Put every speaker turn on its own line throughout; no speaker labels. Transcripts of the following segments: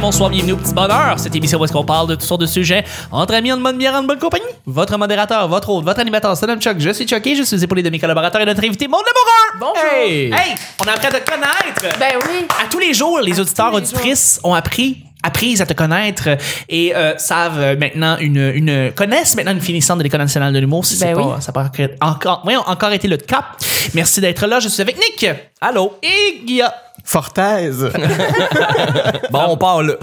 bonsoir, bienvenue au Petit Bonheur. Cette émission où est-ce qu'on parle de toutes sortes de sujets entre amis, en bonne bière, en bonne compagnie. Votre modérateur, votre hôte, votre animateur, c'est l'homme Chuck. Je suis Chucky, je suis épaulé de mes collaborateurs et de notre invité, mon amoureux.
Bonjour.
Hey, Hey, on apprend à te connaître.
Ben oui.
À tous les jours, les auditeurs
tous les
auditrices ont appris apprises à te connaître et euh, savent euh, maintenant une, une connaissent maintenant une finissante de l'école nationale de l'humour si c'est
Ben
pas
oui.
ça a pas encore- encore voyons, encore été le cap merci d'être là je suis avec Nick allô et Guilla
Fortaise.
Bon, on part là.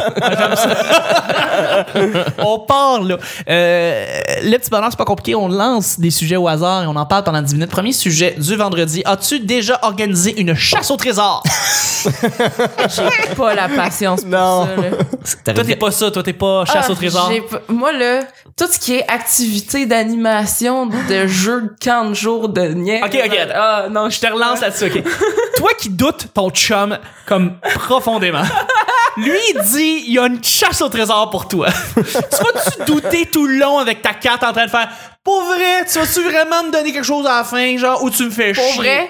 on part là. Euh, le petit bonheur, c'est pas compliqué. On lance des sujets au hasard et on en parle pendant 10 minutes. Premier sujet du vendredi. As-tu déjà organisé une chasse au trésor?
J'ai pas la patience pour
Non.
ça. là.
toi, t'es pas ça. Toi, t'es pas chasse
Ah,
au trésor.
j'ai pas- Moi, là, tout ce qui est activité d'animation, de jeu de camp de jour, de niais.
Ok, ok, attends.
Ah, non,
Je te relance là-dessus, OK. toi qui doutes ton chum comme profondément. Lui il dit il y a une chasse au trésor pour toi. tu vas-tu douter tout le long avec ta carte en train de faire Pour vrai, tu vas-tu vraiment me donner quelque chose à la fin, genre ou tu me fais
Pour
chier?
vrai,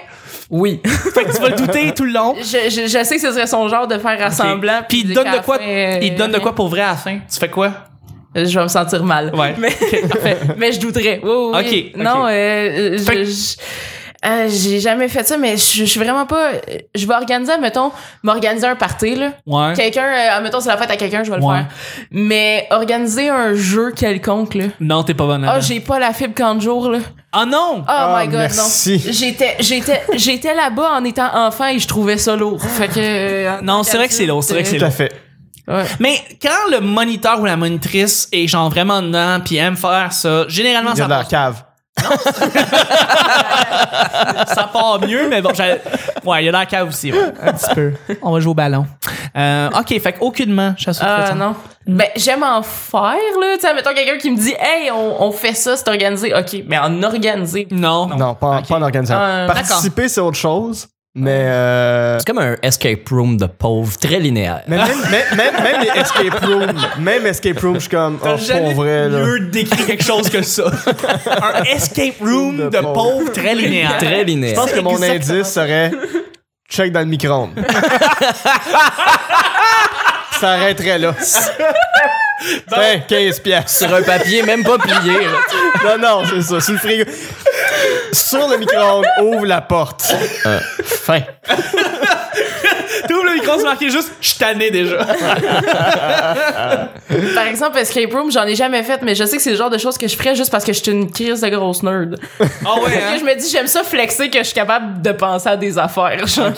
Oui.
Fait que tu vas le douter tout le long.
je, je, je sais que ce serait son genre de faire
Ok.
rassemblant.
Puis il te
de
donne de
qu'à
quoi
la fin,
Il te donne de
euh,
quoi pour vrai à la fin. Tu fais quoi
Je vais me sentir mal.
Ouais.
Mais, mais je douterais. Oui, oui, oui.
Ok, ok.
Non, euh, je-
Fait-
je- euh, j'ai jamais fait ça, mais je je suis vraiment pas. Je vais organiser, mettons, m'organiser un party, là.
Ouais.
Quelqu'un, euh, admettons, c'est la fête à quelqu'un, je vais le
Ouais.
faire. Mais organiser un jeu quelconque, là.
Non, t'es pas bonne.
Ah,
Ah
j'ai pas la fibre quand de jour, là.
non.
Oh
Ah,
my god,
merci.
non. J'étais, j'étais, j'étais là-bas en étant enfant et je trouvais ça lourd. Fait que. euh, en
Non,
tant
c'est vrai que c'est long, c'est vrai que c'est
Tout à fait.
Ouais.
Mais quand le moniteur ou la monitrice est genre vraiment dedans puis aime faire ça, généralement
Il y a
ça
de la
part,
cave.
ça part mieux, mais bon, j'allais- ouais, il y a de la cave aussi. ouais. Un petit peu. On va jouer au ballon. Euh, ok, fait qu'aucunement, chasse au
Ah
trésor.
non. Ben, j'aime en faire, là. Tu sais, mettons quelqu'un qui me dit, hey, on, on fait ça, c'est organisé. OK, mais en organisé.
Non.
Non, pas, en-
Ok.
pas en organisation.
Euh,
Participer, c'est autre chose, mais... euh,
C'est comme un escape room de pauvre, très linéaire.
mais même, même, même, même les escape rooms, même escape rooms, je suis comme, oh, pour vrai, là.
mieux décrit quelque chose que ça. Un escape room de,
De
pauvres
pauvres.
très linéaire.
Très
Je
linéaire.
pense que mon
Exactement.
indice serait check dans le micro-ondes. Ça arrêterait là. Tiens, 15 piastres.
Sur un papier même pas plié. là.
Non, non, c'est ça. Sur le frigo. Sur le micro-ondes, ouvre la porte.
Euh, Fin.
Tout le micro, c'est marqué juste, je suis tanné déjà.
Par exemple, Escape Room, j'en ai jamais fait, mais je sais que c'est le genre de choses que je ferais juste parce que je suis une crise de grosse nerd.
Ah ouais,
Fait que je me dis, j'aime ça flexer que je suis capable de penser à des affaires. genre.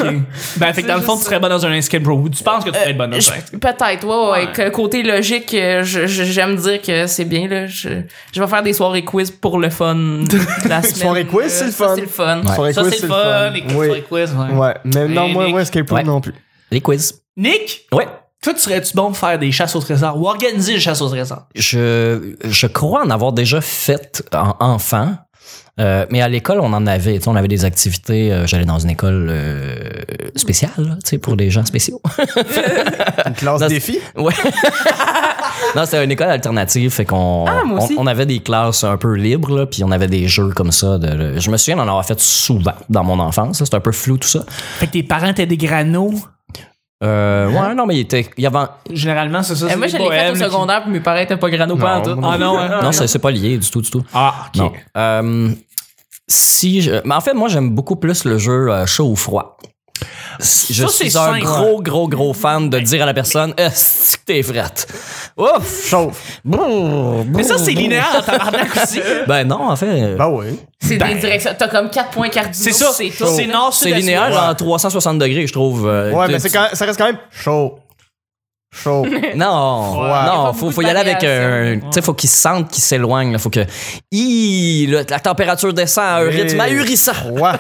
Ben, fait que dans le fond, tu serais bon dans un escape room. Tu penses que tu serais bonne dans
Je-
ça.
Peut-être, ouais, ouais,
Ben, Ouais.
que Côté logique, euh, je- je- j'aime dire que c'est bien, là. Je, je vais faire des soirées quiz pour le fun de la semaine.
Soirées quiz, c'est le
Ça,
fun.
C'est le fun.
Ouais.
Soirée
Ça,
quiz,
c'est le fun. les
Oui.
soirées quiz, ouais.
Ouais, mais non,
Hey,
moi,
Nick.
ouais, escape room
Ouais.
non plus.
Les quiz.
Nick,
Ouais.
toi, tu serais-tu bon pour faire des chasses au trésor ou organiser des chasses au trésor?
Je, je crois en avoir déjà fait en enfant. Euh, mais à l'école, on en avait. Tu sais, On avait des activités. euh, J'allais dans une école euh, spéciale, là, tu sais, pour les gens spéciaux.
Une classe
Non, c'est-
défi.
Ouais. non, c'était une école alternative, fait qu'on
moi
on,
aussi.
on avait des classes un peu libres, là, puis on avait des jeux comme ça. de- de- je me souviens d'en avoir fait souvent dans mon enfance. là, C'était un peu flou tout ça.
Fait que tes parents étaient des granos.
Euh, ouais, non, mais il était, il y avait,
Généralement, c'est ça.
Eh,
c'est
moi,
des
je l'ai fait
bohèmes,
au
là, qui-
secondaire, puis mes parents étaient pas grano pas en
Non,
tout.
moi
Ah non, hein?
non, c'est c'est pas lié du tout, du tout.
Ah, ok.
Non. Euh, si, je- mais en fait, moi, j'aime beaucoup plus le jeu euh, chaud ou froid. Je
Ça, c'est
suis un
simple.
gros, gros, gros fan de dire à la personne, est-ce que t'es frette? Ouf!
Chauffe.
Mais ça, c'est linéaire en tabarnak aussi.
Ben non, en fait.
Bah oui.
C'est des directions. T'as comme 4 points cardinaux.
Ben. C'est ça.
C'est tout.
C'est nord,
C'est linéaire
Ouais.
en 360 degrés, je trouve. euh,
Ouais,
tu-
mais c'est quand- ça reste quand même chaud. Chaud.
Non,
Ouais.
Il y a
non,
pas
faut,
beaucoup
faut
de
y aller avec un.
variations.
Tu sais, faut qu'ils sentent qu'ils s'éloignent. là. Faut que. Hi, là, la température descend à un
Et-
rythme ahurissant.
Ouais.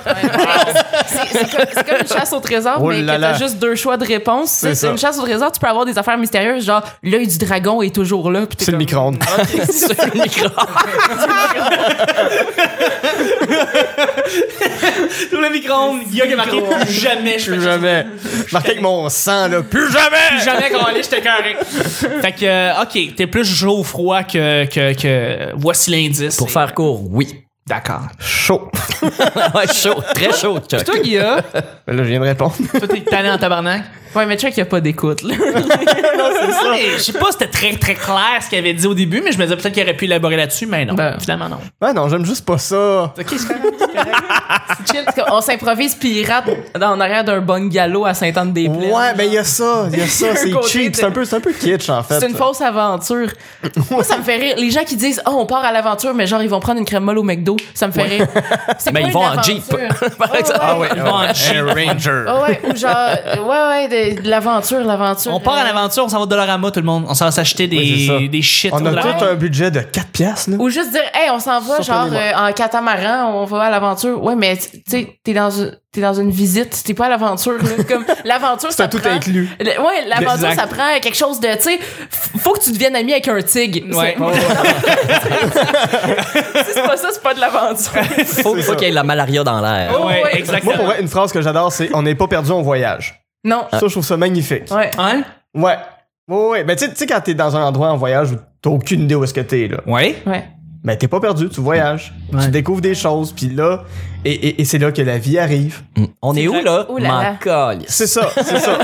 C'est comme, c'est comme une chasse au trésor,
Oh
mais
là
que t'as
là.
juste deux choix de réponse. Tu sais,
C'est
C'est
ça.
une chasse au trésor, tu peux avoir des affaires mystérieuses, genre l'œil du dragon est toujours là. puis t'es
C'est le
comme-
micro-ondes.
Sur le micro.
Sur le micro-ondes, il y a qui a marqué plus jamais, je
Plus
fais
jamais. Marqué avec mon sang, là. Plus jamais!
plus jamais quand allait, j'étais carré. Fait que, euh, ok, t'es plus chaud ou froid que, que, que- voici l'indice.
Pour faire court, oui.
D'accord.
Chaud.
Ouais, chaud, très chaud. Chuck.
Toi, Guilla,
Mais Ben Là, je viens de répondre.
toi, t'es tanné en tabarnak.
Ouais, mais check, il n'y a pas d'écoute. là.
Je sais pas, c'était très très clair ce qu'il avait dit au début, mais je me disais peut-être qu'il aurait pu élaborer là-dessus, mais non.
Ben.
Finalement, non.
Ouais, non, j'aime juste pas ça.
Ok, c'est correct.
C'est chill, parce qu'on s'improvise pirate en arrière d'un bungalow à Sainte-Anne-des-Plaines.
Ouais, ben il y a ça, il y a ça,
Il y
c'est
a un côté
cheap,
de-
c'est un peu, c'est un peu kitsch en fait.
C'est une fausse aventure. Moi, ça me fait rire. Les gens qui disent, oh, on part à l'aventure, mais genre, ils vont prendre une crème molle au McDo, ça me fait rire. C'est quoi
Mais Ben, ils vont
une
en Jeep.
aventure?
Par exemple.
Ah ouais.
Ils vont en Jeep.
Ah ouais, ou genre, euh, ouais, ouais, de, de l'aventure, l'aventure.
On part à l'aventure, on s'en va au Dollarama, tout le monde. On s'en va s'acheter des,
Oui, c'est ça.
des shit.
On
au
a
Dollarama.
tout un budget de 4 piastres, là.
Ou juste dire, hey, on s'en va, genre,
Surprenez-moi.
euh, en catamaran, on va à l'aventure. Ouais, mais, tu sais, t'es dans, une- t'es dans une visite, t'es pas à l'aventure, là. Comme, l'aventure,
C'est
ça
un tout
prend-
inclus.
Le- Ouais, l'aventure,
Exact.
ça prend quelque chose de, tu sais, f- faut que tu deviennes ami avec un tigre.
Ouais.
C'est- si c'est pas ça, c'est pas de l'aventure.
Faut, faut qu'il y ait de la malaria dans l'air.
Oh,
ouais,
ouais.
exactement.
Moi, pour vrai, une phrase que j'adore, c'est On n'est pas perdu, on voyage.
Non.
Ça, je trouve ça magnifique.
Ouais.
Hein?
Ouais. Ouais, ouais. Mais tu sais- tu sais, quand t'es dans un endroit en voyage où t'as aucune idée où est-ce que t'es, là.
Ouais.
Ouais.
Mais t'es pas perdu, tu voyages.
Ouais.
Tu découvres des choses, puis là, et, et- et c'est là que la vie arrive.
On est où, là?
Ouh Oh là là.
M'en calisse.
C'est ça, c'est ça.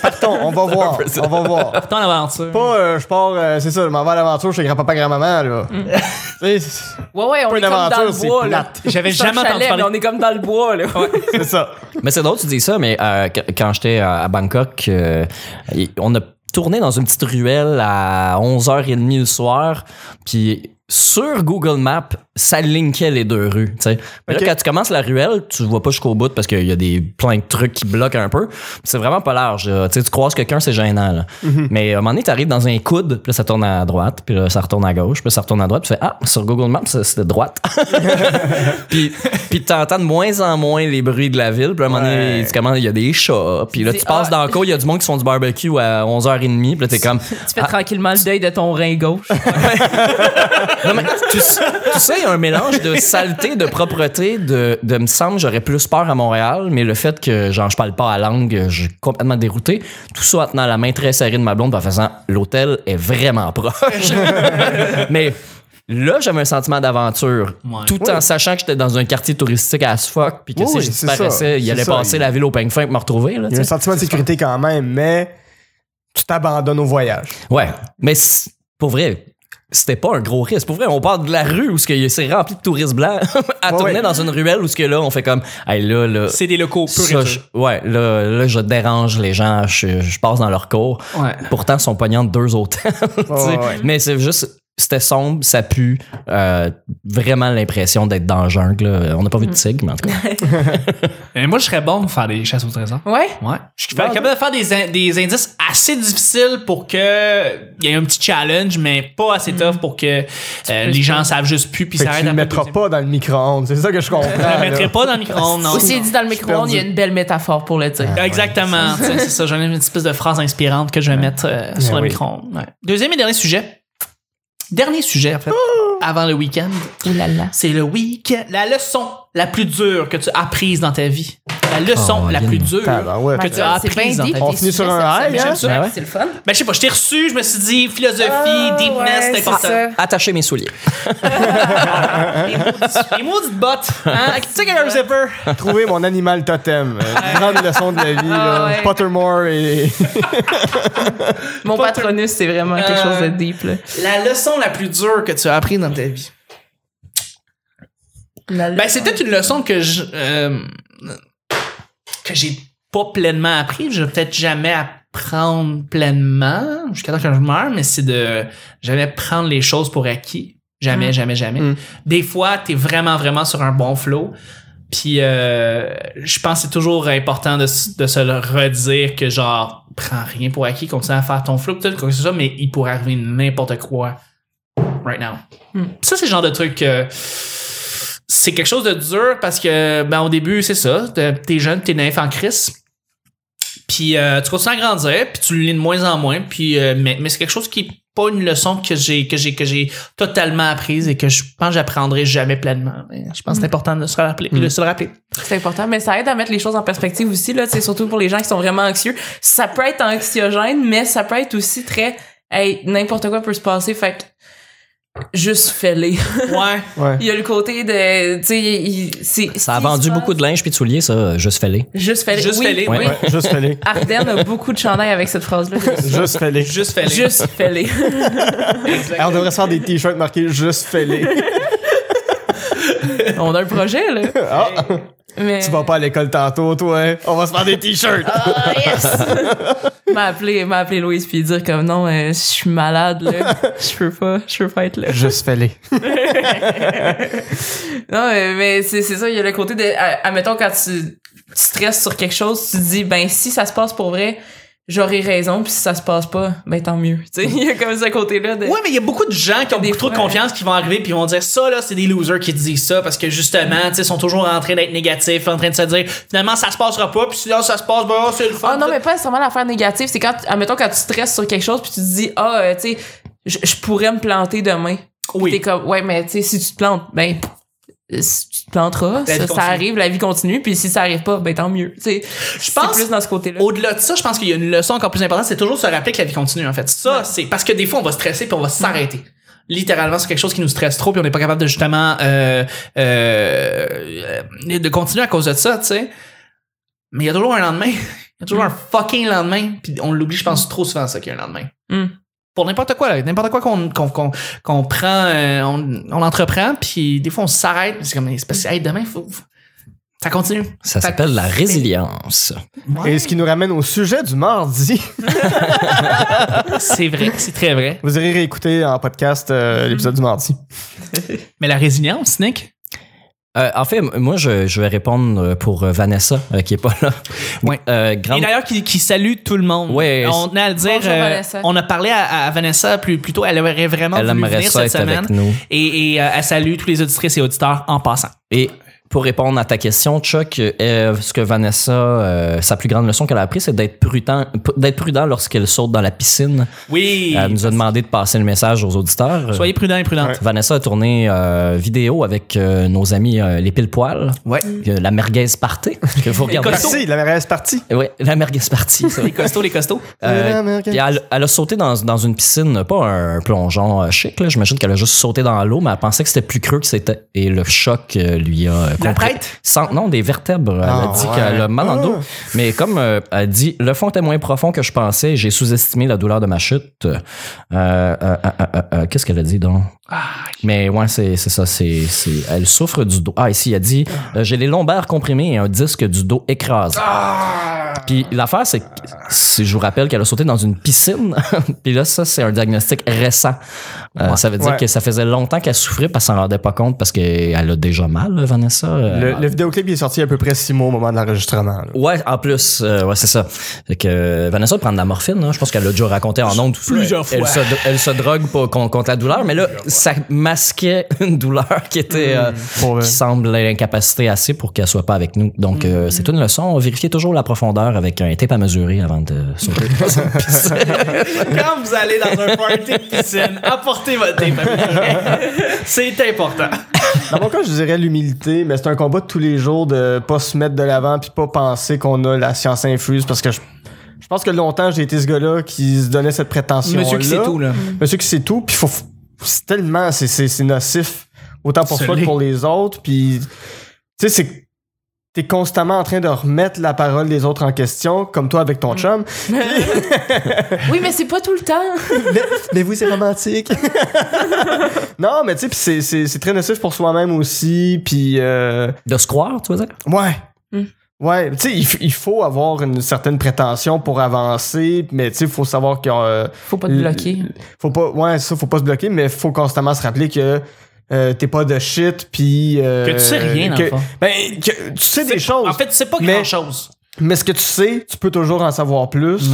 Partons, on va voir, on va voir.
Partons à l'aventure.
Pas, euh, je pars, euh, c'est ça, je m'en vais à l'aventure chez grand-papa, grand-maman, là. Tu sais, c'est-
Ouais, ouais, on
Pas
est comme
une
dans
aventure,
le
c'est
bois, là.
plate.
J'avais
C'est un
jamais entendu
chalet,
parler.
mais on est comme dans le bois, là.
c'est ça.
Mais c'est drôle, que tu dis ça, mais euh, qu- quand j'étais à à Bangkok, euh, y- on a tourné dans une petite ruelle à 11h30 le soir, puis sur Google Maps, ça linkait les deux rues. tu sais. Mais
Ok.
là, quand tu commences la ruelle, tu vois pas jusqu'au bout parce qu'il y a des plein de trucs qui bloquent un peu. Puis C'est vraiment pas large. là. Tu sais, tu croises quelqu'un, c'est gênant. là. Mais à un moment donné, tu arrives dans un coude, puis là, ça tourne à droite, puis là, ça retourne à gauche, puis là, ça retourne à droite, puis tu fais Ah, sur Google Maps, c'est- c'était droite. puis puis t'entends de moins en moins les bruits de la ville. Puis à un moment donné, tu commences, il y a des chats. Puis là,
C'est-
tu passes
ah.
dans le cours, il y a du monde qui font du barbecue à 11h30. Puis là, t'es comme.
Tu fais tranquillement le deuil de ton rein gauche.
Non, mais tu, sais- tu sais, un mélange de saleté, de propreté, de, de me semble, j'aurais plus peur à Montréal, mais le fait que, genre, je parle pas la langue, je suis complètement dérouté. Tout ça en tenant la main très serrée de ma blonde, puis en faisant l'hôtel est vraiment proche. mais. Là, j'avais un sentiment d'aventure,
Ouais.
tout en sachant que j'étais dans un quartier touristique à as fuck, puis que
Oui,
si
oui,
je
c'est ça.
disparaissais, il
C'est
allait
ça.
passer la ville au peigne fin pour me retrouver. Là,
Il y
tu
a un
sais.
sentiment de sécurité quand même, mais tu t'abandonnes au voyage.
Ouais, mais c- pour vrai, c'était pas un gros risque. Pour vrai, on part de la rue où ce que c'est rempli de touristes blancs à
Ouais,
tourner
ouais.
dans une ruelle où ce que là on fait comme hey là là
C'est des locaux purs et
ça,
durs.
je- ouais, là, là, je dérange les gens, je, je passe dans leur cours.
Ouais.
Pourtant, ils sont pognants de deux hôtels. tu sais.
Ouais, ouais.
Mais c'est juste, c'était sombre, ça pue. euh, vraiment l'impression d'être dans la jungle. là. On n'a pas
Mm.
vu de tigre, mais en tout cas.
Mais moi, je serais bon pour faire des chasses au trésor.
Ouais.
Ouais. Je suis capable de faire des, in- des indices assez difficiles pour que il y ait un petit challenge, mais pas assez tough pour que euh, les gens savent juste plus puis
Fait que
s'arrêtent
tu le
après
mettras
le
pas dans le micro-ondes, c'est ça que je comprends.
deuxième. Je le mettrai
là.
pas dans le micro-ondes, non.
Aussi dit dans le micro-ondes,
perdu.
il y a une belle métaphore pour le
Ah.
dire.
Exactement. Tu sais, C'est ça, j'en ai une espèce de phrase inspirante que je vais mettre euh, sur le
oui.
micro-ondes. Ouais. Deuxième et dernier sujet. Dernier sujet, en fait, avant le week-end.
Ouh là là.
C'est le week-end. La leçon la plus dure que tu as apprise dans ta vie. La leçon
Oh,
la
Lynn.
plus dure
Tabarouette.
que tu as
C'est bien
apprise dans ta
deep,
vie.
On
tes
finit sur
sujets
un
cette
high,
semaine.
hein?
Ben ouais.
C'est le fun.
Ben, je sais pas, je t'ai reçu, je me suis dit philosophie, deepness,
Ah, ouais,
c'est
c'est
important.
ça.
Attacher mes souliers.
Hein? Les maudites bottes, hein, avec tu sais, avec un zipper.
Trouver mon animal totem. Euh, Grande leçon de la vie. là.
ouais.
Pottermore et.
Mon patronus, c'est vraiment quelque chose de deep, là.
La leçon la plus dure que tu as apprise dans ta vie. Ben, c'est peut-être une leçon que je. euh, que j'ai pas pleinement appris. Je vais peut-être jamais apprendre pleinement jusqu'à temps que je meure, mais c'est de jamais prendre les choses pour acquis. Jamais, jamais, jamais.
Mm.
Des fois, t'es vraiment, vraiment sur un bon flow. Puis, euh, je pense que c'est toujours important de, s- de se le redire que, genre, prends rien pour acquis, continue à faire ton flow, peut-être que c'est ça, mais il pourrait arriver n'importe quoi right now. Ça, c'est le genre de truc que c'est quelque chose de dur parce que ben au début c'est ça t'es t'es jeune t'es naïf en crise puis euh, tu continues à grandir puis tu le lis de moins en moins puis euh, mais, mais c'est quelque chose qui est pas une leçon que j'ai que j'ai que j'ai totalement apprise et que je pense que j'apprendrai jamais pleinement Mais je pense que c'est important de se le rappeler, de se le rappeler.
C'est important, mais ça aide à mettre les choses en perspective aussi, là, tu sais, surtout pour les gens qui sont vraiment anxieux. Ça peut être anxiogène, mais ça peut être aussi très, hey, n'importe quoi peut se passer, fait que juste fêlé.
Ouais.
Ouais.
il y a le côté de, tu sais, il- c'est-
Ça a
ce qui se
vendu
passe-
beaucoup de linge puis de souliers, ça, euh, juste fêlé.
Juste fêlé.
Juste
oui,
fêlé,
oui.
ouais.
Ouais, juste fêlé.
Arden a beaucoup de chandails avec cette phrase-là.
Juste fêlé.
Juste fêlé.
Juste fêlé.
Exactement.
Alors, on devrait se faire des t-shirts marqués juste fêlé.
On a un projet, là.
Ah,
Mais...
tu vas pas à l'école tantôt, toi. hein? On va se faire des t-shirts.
Ah, yes! m'a appelé, m'a appelé Louise puis dire comme non, euh, je suis malade là, je peux pas, je peux pas être là.
Juste fêlé.
Non, mais, mais c'est c'est ça, il y a le côté de à- admettons quand tu, tu stresses sur quelque chose, tu te dis ben si ça se passe pour vrai, j'aurai raison puis si ça se passe pas, ben tant mieux. Tu sais, il y a comme ce côté là de
Ouais, mais il y a beaucoup de gens qui ont
Des
beaucoup trop de
fois,
confiance qui vont arriver puis vont dire ça là, c'est des losers qui disent ça parce que justement, tu sais, sont toujours en train d'être négatifs, en train de se dire finalement ça se passera pas puis si là ça se passe, ben oh, c'est le fun.
Ah non, mais pas nécessairement l'affaire négative. C'est quand, admettons, quand tu stresses sur quelque chose puis tu te dis, ah, euh, tu sais, je je pourrais me planter demain.
Oui.
T'es comme, ouais, mais tu sais, si tu te plantes, ben, euh, si tu te planteras,
La vie
ça, ça
continue.
arrive, la vie continue, puis si ça arrive pas, ben tant mieux. Tu sais, je
pense-
plus dans ce côté-là.
Au-delà de ça, je pense qu'il y a une leçon encore plus importante, c'est toujours se rappeler que la vie continue en fait. Ça, c'est parce que des fois on va stresser puis
Mm.
on va s'arrêter. Littéralement, c'est quelque chose qui nous stresse trop puis on n'est pas capable de justement euh, euh, euh, de continuer à cause de ça, tu sais. Mais il y a toujours un lendemain. Il y a toujours
Mm.
un fucking lendemain puis on l'oublie, je pense trop souvent ça qu'il y a un lendemain.
Mm.
Pour n'importe quoi, là, n'importe quoi qu'on qu'on qu'on qu'on prend, euh, on, on entreprend, puis des fois on s'arrête, puis c'est comme, c'est parce que, hey, demain, faut, ça continue.
Ça
Fait que-
s'appelle la résilience.
Et ce qui nous ramène au sujet du mardi.
C'est vrai, c'est très vrai.
Vous irez réécouter en podcast euh, l'épisode du mardi.
Mais la résilience, Nick?
Euh, en fait, m- moi, je, je vais répondre euh, pour euh, Vanessa, euh, qui est pas là.
Ouais.
Euh,
Et
grande...
d'ailleurs, qui, qui salue tout le monde.
Ouais,
on a à le dire.
Bonjour,
euh,
Vanessa.
on a parlé à, à Vanessa plus, plus tôt. Elle aurait vraiment
Elle
voulu
aimerait
venir
ça
cette
être avec
semaine.
nous.
Et, et, euh, elle salue tous les auditrices et auditeurs en passant.
Et pour répondre à ta question, Chuck, euh, ce que Vanessa, euh, sa plus grande leçon qu'elle a appris, c'est d'être prudent, d'être prudent lorsqu'elle saute dans la piscine.
Oui.
Elle nous a demandé de passer le message aux auditeurs.
Soyez prudents et prudentes.
Euh, Vanessa a tourné euh, vidéo avec euh, nos amis euh, les pile poils, Euh,
Ouais.
la merguez party que vous regardez.
Costaud.
Merci, la mère est partie.
Ouais, la merguez party. ça.
Les costauds, les costauds.
Euh,
La merguez.
puis elle, elle a sauté dans, dans une piscine, pas un plongeon euh, chic. là. J'imagine qu'elle a juste sauté dans l'eau, mais elle pensait que c'était plus creux que c'était. Et le choc euh, lui a euh,
La
compris-
tête?
Sans- non, des vertèbres. Elle a
Ah,
dit
ouais.
qu'elle a mal dans le dos.
Ah.
Mais comme euh, elle dit, le fond était moins profond que je pensais. J'ai sous-estimé la douleur de ma chute. Euh, euh, euh, euh, euh, euh, Qu'est-ce qu'elle a dit donc? Mais ouais, c'est c'est ça. c'est c'est- Elle souffre du dos. Ah, ici, elle dit euh, J'ai les lombaires comprimés et un disque du dos écrasé.
Ah!
Puis l'affaire, c'est que si je vous rappelle qu'elle a sauté dans une piscine. Puis là, ça, c'est un diagnostic récent. Euh, ça veut dire
Ouais.
que ça faisait longtemps qu'elle souffrait parce qu'elle s'en rendait pas compte parce qu'elle a déjà mal, Vanessa. Euh,
Le, le vidéoclip il est sorti à peu près six mois au moment de l'enregistrement. là.
Ouais, en plus, euh, ouais, c'est ça. Fait que euh, Vanessa prend de la morphine, hein. je pense qu'elle l'a déjà raconté en ondes. tout ça.
Plusieurs
Elle se,
fois.
elle se drogue pas con- contre la douleur, mais là, ça masquait une douleur qui était euh,
Mm. Pour vrai.
qui semble l'incapacité assez pour qu'elle soit pas avec nous. Donc,
Mm.
euh, c'est une leçon. Vérifiez toujours la profondeur avec un tape à mesurer avant de sauter.
Quand vous allez dans un party de piscine, apportez votre thé, famille. C'est important.
Dans mon cas, je dirais l'humilité, mais c'est un combat de tous les jours de pas se mettre de l'avant puis pas penser qu'on a la science infuse parce que je, je pense que longtemps j'ai été ce gars-là qui se donnait cette prétention.
Monsieur qui sait tout, là.
Monsieur qui sait tout, puis faut c'est tellement c'est c'est c'est nocif autant pour
Se
soi que
l'est.
pour les autres, puis tu sais c'est t'es constamment en train de remettre la parole des autres en question, comme toi avec ton chum.
Oui, mais c'est pas tout le temps.
mais, mais vous, c'est romantique. non, mais tu sais, puis c'est- c'est c'est très nocif pour soi-même aussi, puis... euh,
de se croire, tu veux dire?
Ouais.
Mm.
Ouais, tu sais, il, f- il faut avoir une certaine prétention pour avancer, mais tu sais, faut savoir que euh,
Faut pas te bloquer.
faut pas, ouais, ça, faut pas se bloquer, mais faut constamment se rappeler que euh, t'es pas de shit, puis euh,
Que tu sais rien, dans
que-
le fond.
ben, que tu sais des choses,
En fait, tu sais pas
Mais-
grand-chose.
mais ce que tu sais, tu peux toujours en savoir plus.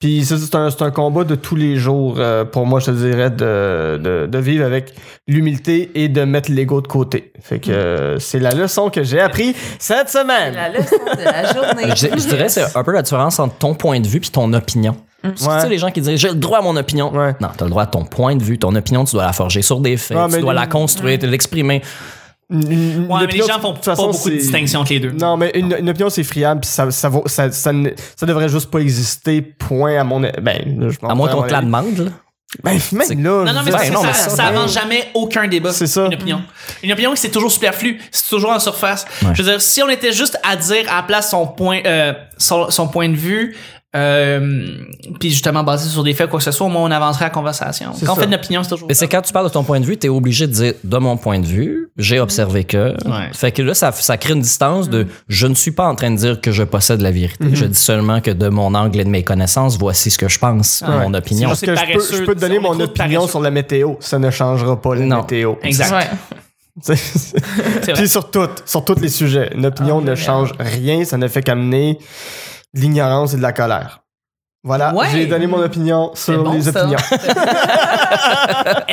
Puis ça, c'est un, c'est un combat de tous les jours, euh, pour moi, je te dirais, de, de, de vivre avec l'humilité et de mettre l'ego de côté. Fait que euh, c'est la leçon que j'ai appris cette semaine.
La leçon de la journée.
Euh, Je, je dirais c'est un peu la différence entre ton point de vue puis ton opinion. C'est
Mm. Ouais.
Tu sais, les gens qui disent j'ai le droit à mon opinion.
Ouais.
Non, t'as le droit à ton point de vue. Ton opinion, tu dois la forger sur des faits.
Ah, mais
tu dois
lui-
la construire, l'exprimer.
Ouais, mais les gens font pas beaucoup de distinctions entre les deux.
Non, mais une, une opinion, c'est friable, puis ça, ça, vaut- ça, ça, ne- ça devrait juste pas exister, point à mon... Ben, je m'en
À moins
fous,
qu'on te la
avis.
demande. là.
Ben,
C'est-
même
Non,
là.
non, mais,
Ben,
c'est-
non,
ça,
mais
ça,
ça,
ben-
avance jamais aucun débat.
C'est ça.
Une opinion. Une opinion, c'est toujours superflu. C'est toujours en surface.
Ouais.
Je veux dire, si on était juste à dire à la place son point, euh, son, son point de vue, euh, puis justement basé sur des faits, quoi que ce soit, au moins on avancerait la conversation.
C'est
Quand on
ça.
fait une opinion, c'est toujours.
Mais c'est quand tu parles de ton point de vue, t'es obligé de dire de mon point de vue, j'ai observé que.
Ouais.
Fait que là, ça, ça crée une distance de je ne suis pas en train de dire que je possède la vérité.
Mhm.
Je dis seulement que de mon angle et de mes connaissances, voici ce que je pense, mon opinion.
C'est
Parce que je
paresseux,
peux, je peux te donner
on est
mon
trop
opinion
paresseux.
sur la météo. Ça ne changera pas la
Non.
météo.
Exact.
Ouais.
C'est- c'est-
C'est vrai.
Puis sur toutes, sur tous les sujets. Une opinion
Ah,
ne
mais
change rien. Ça ne fait qu'amener de l'ignorance et de la colère. Voilà,
Ouais.
j'ai donné mon opinion sur
bon,
les
ça.
opinions.
Est-ce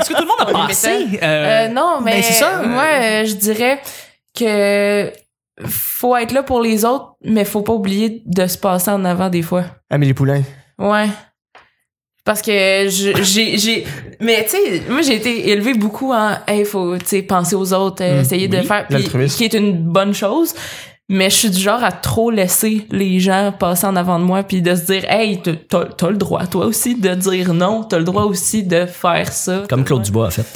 que tout le monde a
Oui, mais
pensé?
Euh, non, mais
ben, c'est ça.
moi, euh, je dirais que faut être là pour les autres, mais faut pas oublier de se passer en avant des fois.
Amélie Poulain.
Ouais. Parce que je- j'ai j'ai mais tu sais moi j'ai été élevée beaucoup en hey faut tu sais penser aux autres euh,
Hmm.
Mm,
essayer de
oui,
faire puis-
l'altruisme.
qui est une bonne chose mais je suis du genre à trop laisser les gens passer en avant de moi puis de se dire hey t'as- t'as t'as le droit toi aussi de dire non t'as le droit aussi de faire ça
Comme Claude Dubois, en fait.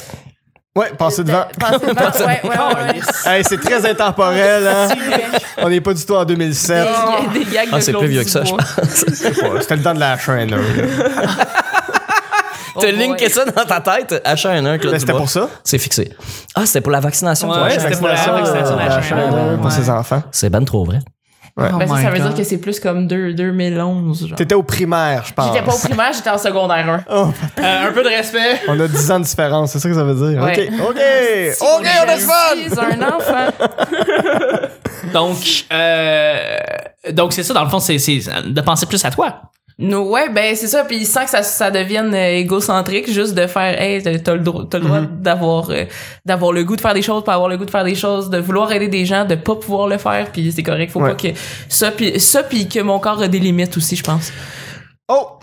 Ouais, passer devant.
Passer devant, ouais, ouais, ouais, ouais.
Hey, c'est très intemporel, hein? On n'est pas du tout en 2007.
Des, des gags
Ah,
de
c'est
Claude
plus vieux que ça, je
Dubois.
Ouais, C'était le temps de la chaîne.
Oh
T'as
boy.
linké ça dans ta tête, H1N1, Claude
Ben, C'était
Dubois.
pour ça?
C'est fixé. Ah, c'était pour la vaccination.
Ouais,
toi, H1N1.
c'était pour la vaccination de la
euh, la
H1N1,
H1N1, pour
ouais.
ses enfants.
C'est ben trop vrai.
Ouais.
Oh
Ben, ça, ça veut dire que c'est plus comme deux- 2011 genre.
T'étais au primaire, je pense.
J'étais pas au primaire, j'étais en secondaire 1.
Oh,
Euh, un peu de respect.
on a 10 ans de différence, c'est ça que ça veut dire.
Ouais.
OK, OK, OK, on a du fun!
C'est un enfant.
Donc, euh, donc c'est ça, dans le fond, c'est c'est de penser plus à toi.
No, ouais, ben c'est ça. Puis sans que ça, ça devienne euh, égocentrique, juste de faire, hey, t'as t'as le droit, t'as le droit
Mm-hmm.
d'avoir, euh, d'avoir le goût de faire des choses, pas avoir le goût de faire des choses, de vouloir aider des gens, de pas pouvoir le faire. Puis c'est correct, faut
Ouais.
pas que ça, puis ça, puis que mon corps a des limites aussi, je pense.
Oh!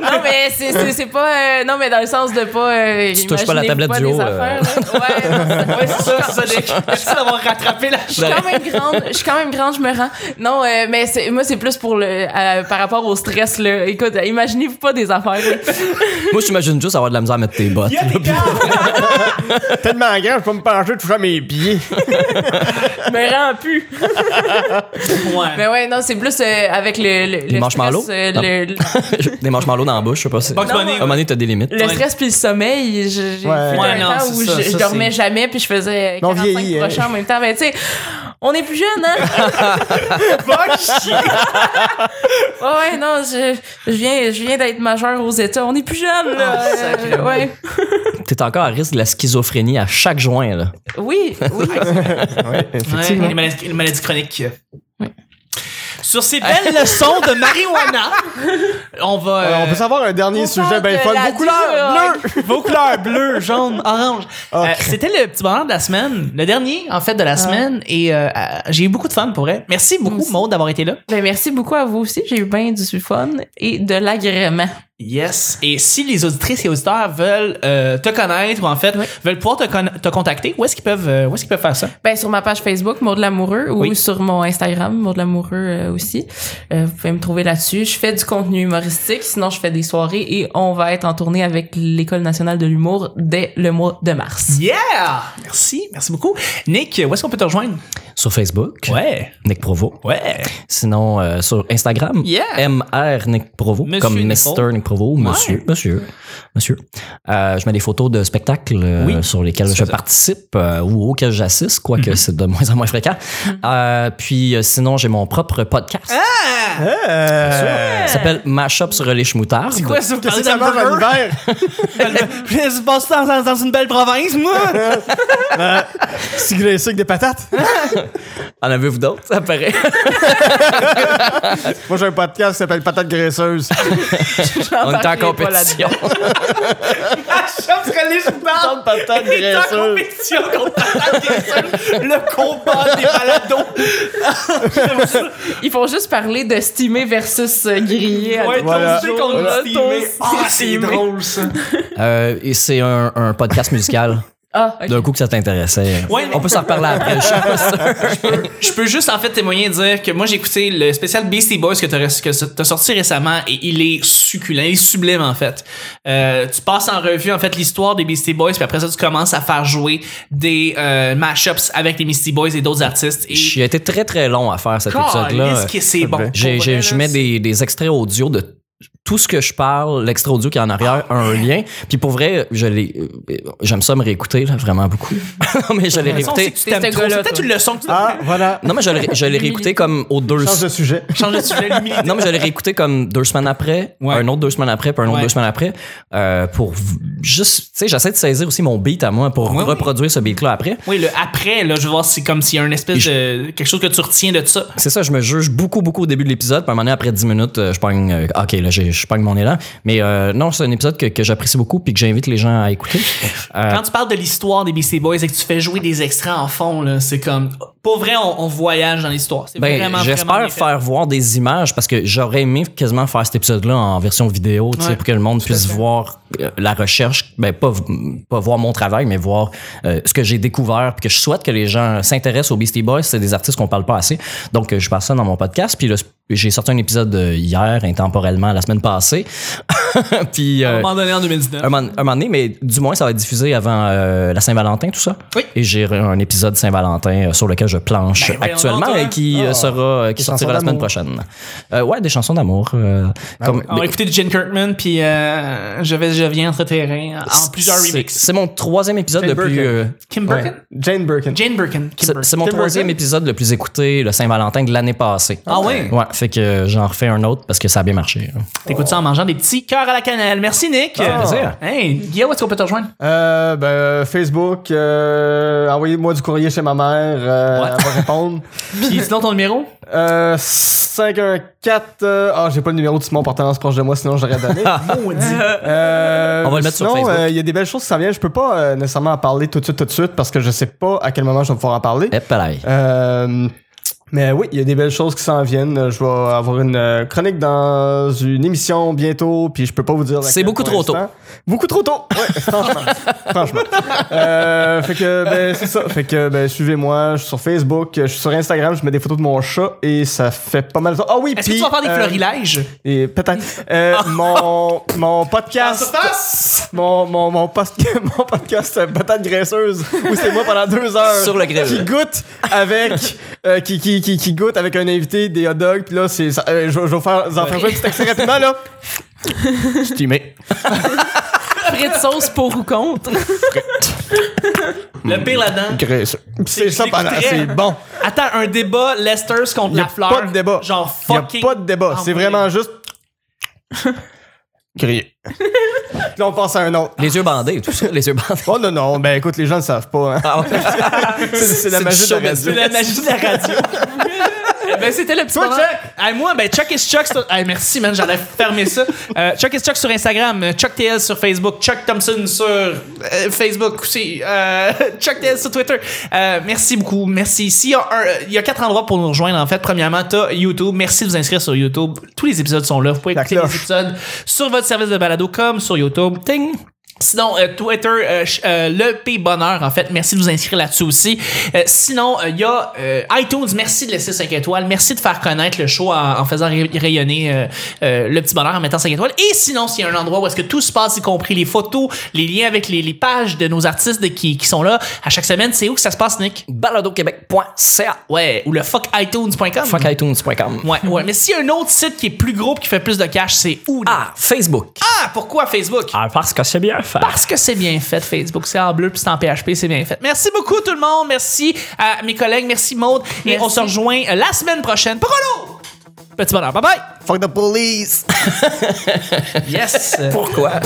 Non, mais c'est, c'est, c'est pas. euh, non, mais dans le sens de pas. euh,
Tu touches pas la
imaginez-vous
tablette du
des
haut, euh.
affaires, là. Ouais, non,
Ouais, c'est ça, c'est ça, Nick. Merci d'avoir rattrapé la
Je suis quand même grande, je suis quand même grande, je me rends. Non, euh, mais c'est, moi c'est plus pour le euh, par rapport au stress là. Écoute, euh, imaginez-vous pas des affaires. là.
Moi, j'imagine juste avoir de la misère à mettre tes bottes.
Il y a des gars!
Tellement grand, je peux me pencher, toucher mes pieds.
Je me rends plus.
Ouais.
Mais ouais, non, c'est plus euh, avec le le, le
manches
stress,
marlots?
euh,
Non.
le, le-
des marshmallows dans la bouche, je sais pas si.
Bugs
À
Bunny.
un moment donné, t'as des limites.
le
Ouais.
stress puis le sommeil, je- j'ai
Ouais.
eu
Ouais, non,
un temps
c'est
où
ça,
je,
ça,
je dormais
c'est-
jamais puis je faisais euh,
Mais on
45
vieillit, hein.
prochains en même temps. Mais tu sais, on est plus jeune hein. ouais, ouais, non, je, je viens je viens d'être majeur aux États, on est plus jeune là.
Ah, sacré.
Euh, ouais.
T'es encore à risque de la schizophrénie à chaque joint, là.
Oui, oui.
Ouais,
Ouais,
effectivement.
une, maladie, une maladie chronique. Sur ces belles leçons de marijuana, on va.
Euh, on peut
euh,
savoir un dernier
on
sujet
parle
bien
de
fun.
la
Vos couleurs
drogue.
bleues!
Vos couleurs bleues, jaunes, orange.
Ah,
Euh, C'était le petit bonheur de la semaine, le dernier en fait de la semaine, et euh, euh, j'ai eu beaucoup de fun pour elle. Merci beaucoup
aussi.
Maud d'avoir été là.
Ben, merci beaucoup à vous aussi. J'ai eu bien du fun et de l'agrément.
Yes. Et si les auditrices et auditeurs veulent euh, te connaître ou en fait
Oui.
veulent pouvoir te, con- te contacter, où est-ce qu'ils peuvent euh, où est-ce qu'ils peuvent faire ça
Ben, sur ma page Facebook, Maud Lamoureux, ou
Oui.
sur mon Instagram, Maud Lamoureux euh, aussi. Euh, vous pouvez me trouver là-dessus. Je fais du contenu humoristique, sinon je fais des soirées et on va être en tournée avec l'École nationale de l'humour dès le mois de mars.
Yeah. Merci, merci beaucoup. Nick, où est-ce qu'on peut te rejoindre Eh,
Sur Facebook,
Ouais.
Nick Provo.
Ouais.
Sinon, euh, sur Instagram,
Yeah.
MR Nick Provo,
Monsieur
comme
Nick Provo.
Mr. Nick Provo, monsieur, monsieur, monsieur. Euh, je mets des photos de spectacles euh,
Oui.
sur lesquels
ça.
je participe euh, ou auxquels j'assiste, quoique c'est de moins en moins fréquent. Euh, puis euh, sinon, j'ai mon propre podcast.
Euh,
Il s'appelle Mashup sur les schmoutards.
C'est quoi ça vous
Qu'est-ce
parlez
que ça mange en
d'hamburger?
hiver?
Je suis passé dans, dans- dans une belle province, moi!
C'est que le sucre des patates?
En avez-vous d'autres? Ça paraît.
Moi, j'ai un podcast qui s'appelle Patates graisseuses.
On est en
J'embarquerai pas
compétition.
Ah, je pense que les joueurs
Patates
étaient en compétition contre Patates Graisseuses. le combat des balados.
là-dedans. Ils font juste parler de steamer versus euh, griller.
Ouais,
Voilà.
ton sujet contre
Voilà.
le steamé.
Ton
Ah, c'est
steamé.
drôle, ça.
Euh, et c'est un, un podcast musical.
Ah, ok.
D'un coup que ça t'intéressait.
Ouais,
On peut s'en reparler après. Je suis pas sûr.
Je peux juste en fait témoigner et dire que moi j'ai écouté le spécial Beastie Boys que t'as res- que t'as sorti récemment et il est succulent, il est sublime en fait. Euh, tu passes en revue en fait l'histoire des Beastie Boys puis après ça tu commences à faire jouer des euh, mashups avec les Beastie Boys et d'autres artistes. Et
J'ai été très très long à faire cet épisode-là.
Calisse que c'est bon.
J'ai-
Pour
j'ai-
vrai,
je
là,
mets
c'est-
des, des extraits audio de tout ce que je parle, l'extrait audio qui est en arrière,
Ah,
a un lien. Puis pour vrai, je l'ai- euh, j'aime ça me réécouter, là, vraiment beaucoup. non, mais je l'ai
De toute façon, on sait
réécouté.
que tu
T'es
t'aimes
ce
trop.
gars-là,
C'est peut-être
toi.
une leçon que tu dois
Ah, voilà.
Non, mais je l'ai je l'ai réécouté comme aux deux.
Change de sujet.
changer de sujet, l'humilité.
Non, mais je l'ai réécouté comme deux semaines après,
Ouais.
un autre deux semaines après, puis un autre
Ouais.
deux semaines après, euh, pour v- juste, tu sais, j'essaie de saisir aussi mon beat à moi pour
Ouais, oui.
reproduire ce beat-là après.
Oui, le après, là, je veux voir si comme s'il y a une espèce de quelque chose que tu retiens de ça.
C'est ça, je me juge beaucoup, beaucoup au début de l'épisode. Puis à un moment donné, après 10 minutes, euh, je pogne, euh, OK, là, j'ai- je pogne mon élan. Mais euh, non, c'est un épisode que, que j'apprécie beaucoup puis que j'invite les gens à écouter. Euh,
Quand tu parles de l'histoire des Beastie Boys et que tu fais jouer des extraits en fond, là, c'est comme. Pour vrai, on, on voyage dans l'histoire. C'est
ben,
vraiment vraiment bien
j'espère
fait.
faire voir des images parce que j'aurais aimé quasiment faire cet épisode-là en version vidéo, tu sais,
Ouais,
pour que le monde puisse voir euh, la recherche, ben pas v- pas voir mon travail, mais voir euh, ce que j'ai découvert, puis que je souhaite que les gens s'intéressent aux Beastie Boys. C'est des artistes qu'on parle pas assez, donc euh, je passe ça dans mon podcast. Puis là, j'ai sorti un épisode euh, hier, intemporellement, la semaine passée. puis
À un
euh,
moment donné en 2019.
un, moment, un moment donné, mais du moins, ça va être diffusé avant euh, la Saint-Valentin, tout ça.
Oui.
Et j'ai un épisode Saint-Valentin euh, sur lequel je planche
Ben voyons
actuellement
donc, toi.
et qui euh,
Ah.
sera euh, qui
Des chansons
sortira la semaine
d'amour.
prochaine. Euh, ouais, des chansons d'amour. euh,
Ah
comme-
On va écouter du Jen Kirkman, puis euh, je vais, je viens entre terrain en plusieurs
c'est-
remixes.
C'est mon troisième épisode
Jane
depuis.
Birkin.
euh,
Kim
Ouais.
Birkin?
Jane Birkin.
Jane Birkin. Kim
c'est
Birkin.
c'est mon
Tim Burton.
troisième épisode le plus écouté, le Saint-Valentin de l'année passée.
Ah ouais?
Ouais, fait que euh, j'en refais un autre parce que ça a bien marché. hein.
T'écoutes ça en mangeant des petits cœurs à la cannelle. Merci, Nick.
Ah, plaisir.
Hey, Guillaume, est-ce qu'on peut te rejoindre?
Euh, ben, euh, Facebook, euh, envoyez-moi du courrier chez ma mère, euh,
Ouais.
elle va répondre.
Puis sinon, ton numéro?
Euh, 514, euh, ah, j'ai pas le numéro de Simon Portelance proche de moi, sinon j'aurais donné. Euh,
On va le mettre sur
sinon,
Facebook.
euh, Il y a des belles choses qui s'en viennent. Je peux pas euh, nécessairement en parler tout de suite, tout de suite, parce que je sais pas à quel moment je vais pouvoir en parler.
Eh, pareil.
Euh, mais oui, il y a des belles choses qui s'en viennent. Je vais avoir une euh, chronique dans une émission bientôt, puis je peux pas vous dire. laquelle
C'est beaucoup
pour
trop tôt.
l'instant. Beaucoup trop tôt. Ouais, franchement, franchement. Euh, fait que ben c'est ça. Fait que ben suivez-moi. Je suis sur Facebook, je suis sur Instagram. Je mets des photos de mon chat et ça fait pas mal de temps. Ah oui.
Est-ce que
puis,
tu vas faire des
euh,
florilèges?
et peut-être euh, mon mon podcast mon mon mon, post- mon podcast euh, patate graisseuse où c'est moi pendant deux heures
Sur le grill.
qui goûte avec euh, qui, qui, qui qui goûte avec un invité des hot dogs puis là c'est ça- euh, je, je vais faire vous en faire jouer un petit extrait rapidement là
Streamé.
Frais de sauce pour ou contre.
Le pire là-dedans.
graisseux c'est ça pendant
j'écouterais.
c'est bon
Attends, un débat Lesters contre
y a
la fleur.
pas de débat
Genre
il y a
fucking.
pas de débat
Ah
c'est
oui.
vraiment juste grillé Puis là on passe à un autre
Les yeux bandés, tout ça, les yeux bandés.
oh non non ben écoute les gens ne savent pas hein.
Ah ouais.
c'est, c'est la
du
magie de la
showbiz.
radio.
C'est la magie de la radio.
ben, c'était le petit
Toi,
moment.
Chuck! Hey, moi, ben, Chuck is Chuck. sur- Hey, merci, man, j'allais fermer ça. Euh, Chuck is Chuck sur Instagram, euh, Chuck TL sur Facebook, Chuck Thompson sur euh, Facebook aussi, euh, Chuck TL sur Twitter. Euh, merci beaucoup, merci. S'il y a un- euh, il y a quatre endroits pour nous rejoindre, en fait. Premièrement, t'as YouTube. Merci de vous inscrire sur YouTube. Tous les épisodes sont là. Vous pouvez
La
écouter
cloche.
les épisodes sur votre service de balado comme sur YouTube. Ting! Sinon, euh, Twitter, euh, ch- euh, le P Bonheur, en fait. Merci de vous inscrire là-dessus aussi. Euh, sinon, euh, il y a euh, iTunes. Merci de laisser 5 étoiles. Merci de faire connaître le show en, en faisant ray- rayonner euh, euh, le petit bonheur en mettant 5 étoiles. Et sinon, s'il y a un endroit où est-ce que tout se passe, y compris les photos, les liens avec les, les pages de nos artistes de- qui, qui sont là à chaque semaine, c'est où que ça se passe, Nick?
baladoquebec.ca.
Ouais, ou le fuckitunes.com.
Fuckitunes.com.
Ouais, ouais. Mais s'il y a un autre site qui est plus gros pis qui fait plus de cash, c'est où? Nick?
Ah, Facebook.
Ah, pourquoi Facebook?
Ah, parce que c'est bien fait.
Parce que c'est bien fait, Facebook. C'est en bleu puis c'est en PHP, c'est bien fait. Merci beaucoup, tout le monde. Merci à mes collègues. Merci, Maude. Et
Merci.
on se rejoint euh, la semaine prochaine pour un autre petit bonheur. Bye bye.
fuck the police
Yes.
Pourquoi?